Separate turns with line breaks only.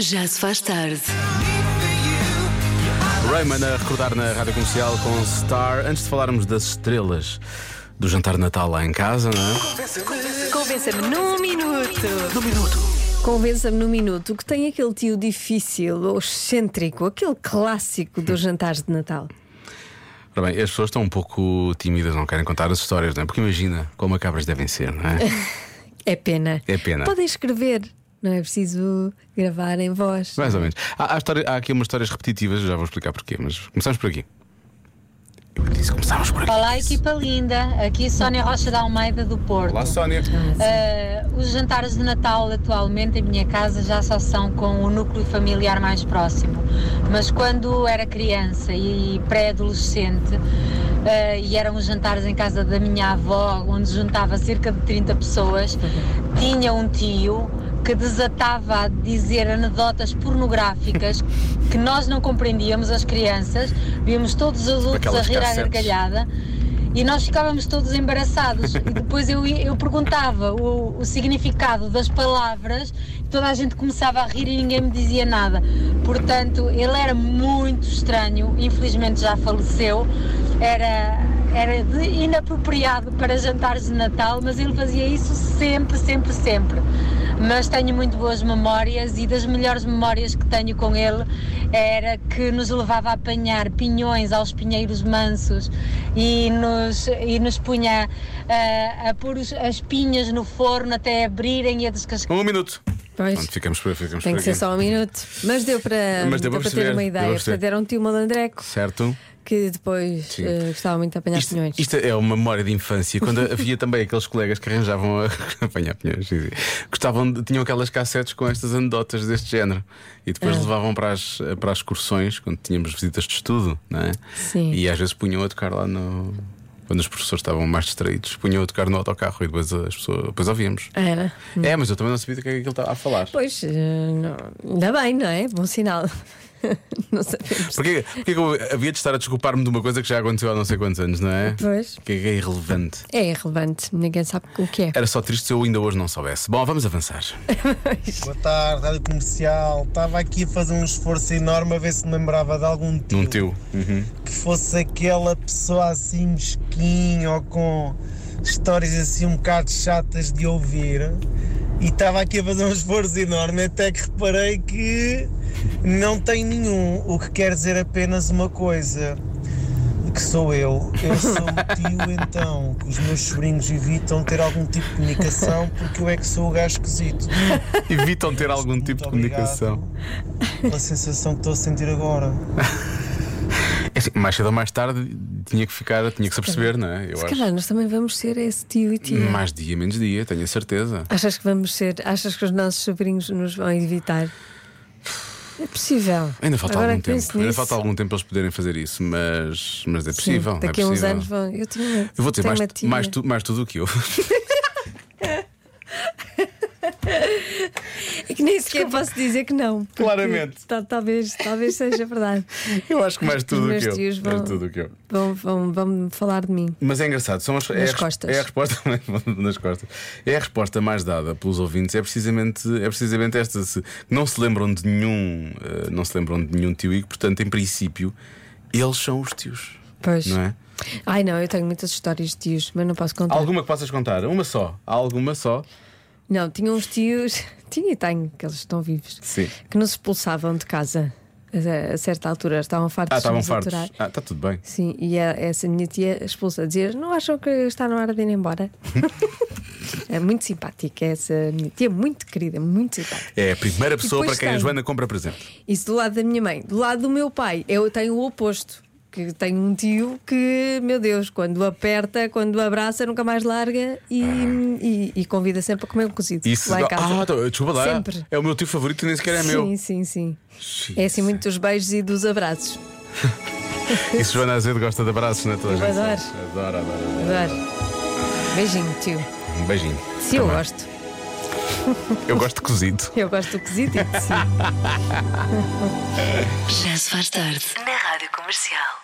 Já se faz tarde.
Rayman a recordar na rádio comercial com Star. Antes de falarmos das estrelas do jantar de Natal lá em casa, não é?
Convença-me num minuto.
Convença-me no minuto que tem aquele tio difícil ou excêntrico, aquele clássico
Hum.
dos jantares de Natal.
Ora bem, as pessoas estão um pouco tímidas, não querem contar as histórias, não é? Porque imagina como macabras devem ser, não é?
É pena.
É pena.
Podem escrever, não é preciso gravar em voz.
Mais ou menos. Há, há história- há aqui umas histórias repetitivas, já vou explicar porquê, mas começamos por aqui. Eu disse, começámos por aqui.
Olá, equipa linda. Aqui Sónia Rocha da Almeida do Porto.
Olá, Sónia.
Ah, os jantares de Natal atualmente em minha casa já só são com o núcleo familiar mais próximo. Mas quando era criança e pré-adolescente, ah, e eram os jantares em casa da minha avó, onde juntava cerca de 30 pessoas, tinha um tio que desatava a dizer anedotas pornográficas que nós não compreendíamos as crianças, víamos todos os adultos
Tipo Aquelas
a rir à
cassetes.
gargalhada e nós ficávamos todos embaraçados. E depois eu, ia- eu perguntava o, o significado das palavras, e toda a gente começava a rir e ninguém me dizia nada. Portanto, ele era muito estranho, infelizmente já faleceu, era, era de- inapropriado para jantares de Natal, mas ele fazia isso sempre, sempre, sempre. Mas tenho muito boas memórias e das melhores memórias que tenho com ele era que nos levava a apanhar pinhões aos pinheiros mansos e nos, e nos punha ah, a pôr os- as pinhas no forno até abrirem e a descascar.
Um minuto.
Pois,
Pronto, ficamos por, ficamos
tem
por
que ser
aqui.
só um minuto. Mas deu para,
Mas deu para perceber,
ter uma
deu para
ideia.
perceber.
Portanto, era um tio malandreco
Certo?
que depois
Sim.
eh, gostava muito de apanhar
Isto,
pinhões.
isto é uma memória de infância, quando havia também aqueles colegas que arranjavam a apanhar pinhões, sim, sim. gostavam de- tinham aquelas cassetes com estas anedotas deste género e depois
É.
levavam para as, para as excursões quando tínhamos visitas de estudo, não é?
Sim.
E às vezes punham a tocar lá no. Quando os professores estavam mais distraídos, punham a tocar no autocarro e depois as pessoas depois ouvíamos.
Era.
É, mas eu também não sabia do que é que ele estava a falar.
Hum. Pois, eh, não- ainda bem, não é? Bom sinal. não sabemos.
Porquê, porquê que eu havia de estar a desculpar-me de uma coisa que já aconteceu há não sei quantos anos, não é?
Pois.
Que é irrelevante.
É irrelevante, ninguém sabe o que é.
Era só triste se eu ainda hoje não soubesse. Bom, vamos avançar.
Boa tarde, Rádio Comercial. Estava aqui a fazer um esforço enorme a ver se me lembrava de algum tio,
Num teu.
que fosse aquela pessoa assim mesquinha ou com histórias assim um bocado chatas de ouvir. E estava aqui a fazer um esforço enorme até que reparei que não tem nenhum, o que quer dizer apenas uma coisa. Que sou eu, eu sou o tio então, que os meus sobrinhos evitam ter algum tipo de comunicação porque eu é que sou o gajo esquisito.
Evitam ter algum
Muito
tipo de
obrigado
comunicação.
Pela sensação que estou a sentir agora.
É assim, mais cedo ou mais tarde tinha que ficar, tinha que se aperceber, não é? Eu
Se
acho.
calhar nós também vamos ser esse tio e tia.
Mais dia, menos dia, tenho a certeza.
Achas que vamos ser? Achas que os nossos sobrinhos nos vão evitar? É possível.
Ainda falta
Agora é
algum
que penso
tempo. Ainda
nisso,
falta algum tempo para eles poderem fazer isso, mas, mas é
sim,
possível.
Daqui
é
a uns
possível.
anos vão. Eu tinha medo.
Eu vou dizer
Tenho
mais,
uma tia.
mais, tu, mais tudo do que eu.
É que nem sequer posso dizer que não. porque
Claramente.
tal- talvez, talvez seja verdade.
Eu acho que mais tudo do
meus
que eu.
tios
Mais
vão-
tudo do que eu.
Vão, vão, vão falar de mim.
Mas é engraçado, são as, é, a, res-
costas.
é a resposta nas costas. É a resposta mais dada pelos ouvintes, é precisamente, é precisamente esta. Se, não se lembram de nenhum, eh, não se lembram de nenhum tio e, portanto, em princípio, eles são os tios,
Pois.
não é?
Ai não, eu tenho muitas histórias de tios, mas não posso contar.
Há alguma que possas contar? Uma só. Há alguma só?
Não, tinha uns tios, tinha e tenho, que eles estão vivos,
Sim.
que nos expulsavam de casa. A a certa altura estavam fartos
Ah, estavam
de nos
fartos.
aturar.
Ah, está tudo bem.
Sim, e a- essa minha tia expulsa, dizia: Não acham que está na hora de ir embora? é muito simpática, essa minha tia, muito querida, muito simpática.
É a primeira pessoa para
depois
quem a
tem-
Joana compra presente.
Isso do lado da minha mãe. Do lado do meu pai, eu tenho o oposto. Que tenho um tio que, meu Deus, quando aperta, quando abraça, nunca mais larga e, e- e convida sempre a comer um cozido.
Isso.
lá em casa.
ah, então, desculpa lá.
Sempre.
É o meu tio favorito e nem sequer é
sim,
meu.
sim, sim.
Sim.
É assim muito dos beijos e dos abraços.
Isso, Joana Azevedo gosta de abraços, não é? Toda a
Eu
gente
adoro.
sabe. Adoro, adoro, adoro.
Adoro. Beijinho, tio.
Um beijinho.
Se eu
Também.
gosto.
Eu gosto de cozido.
Eu gosto do cozido e de si.
Já se faz tarde. Na Rádio Comercial.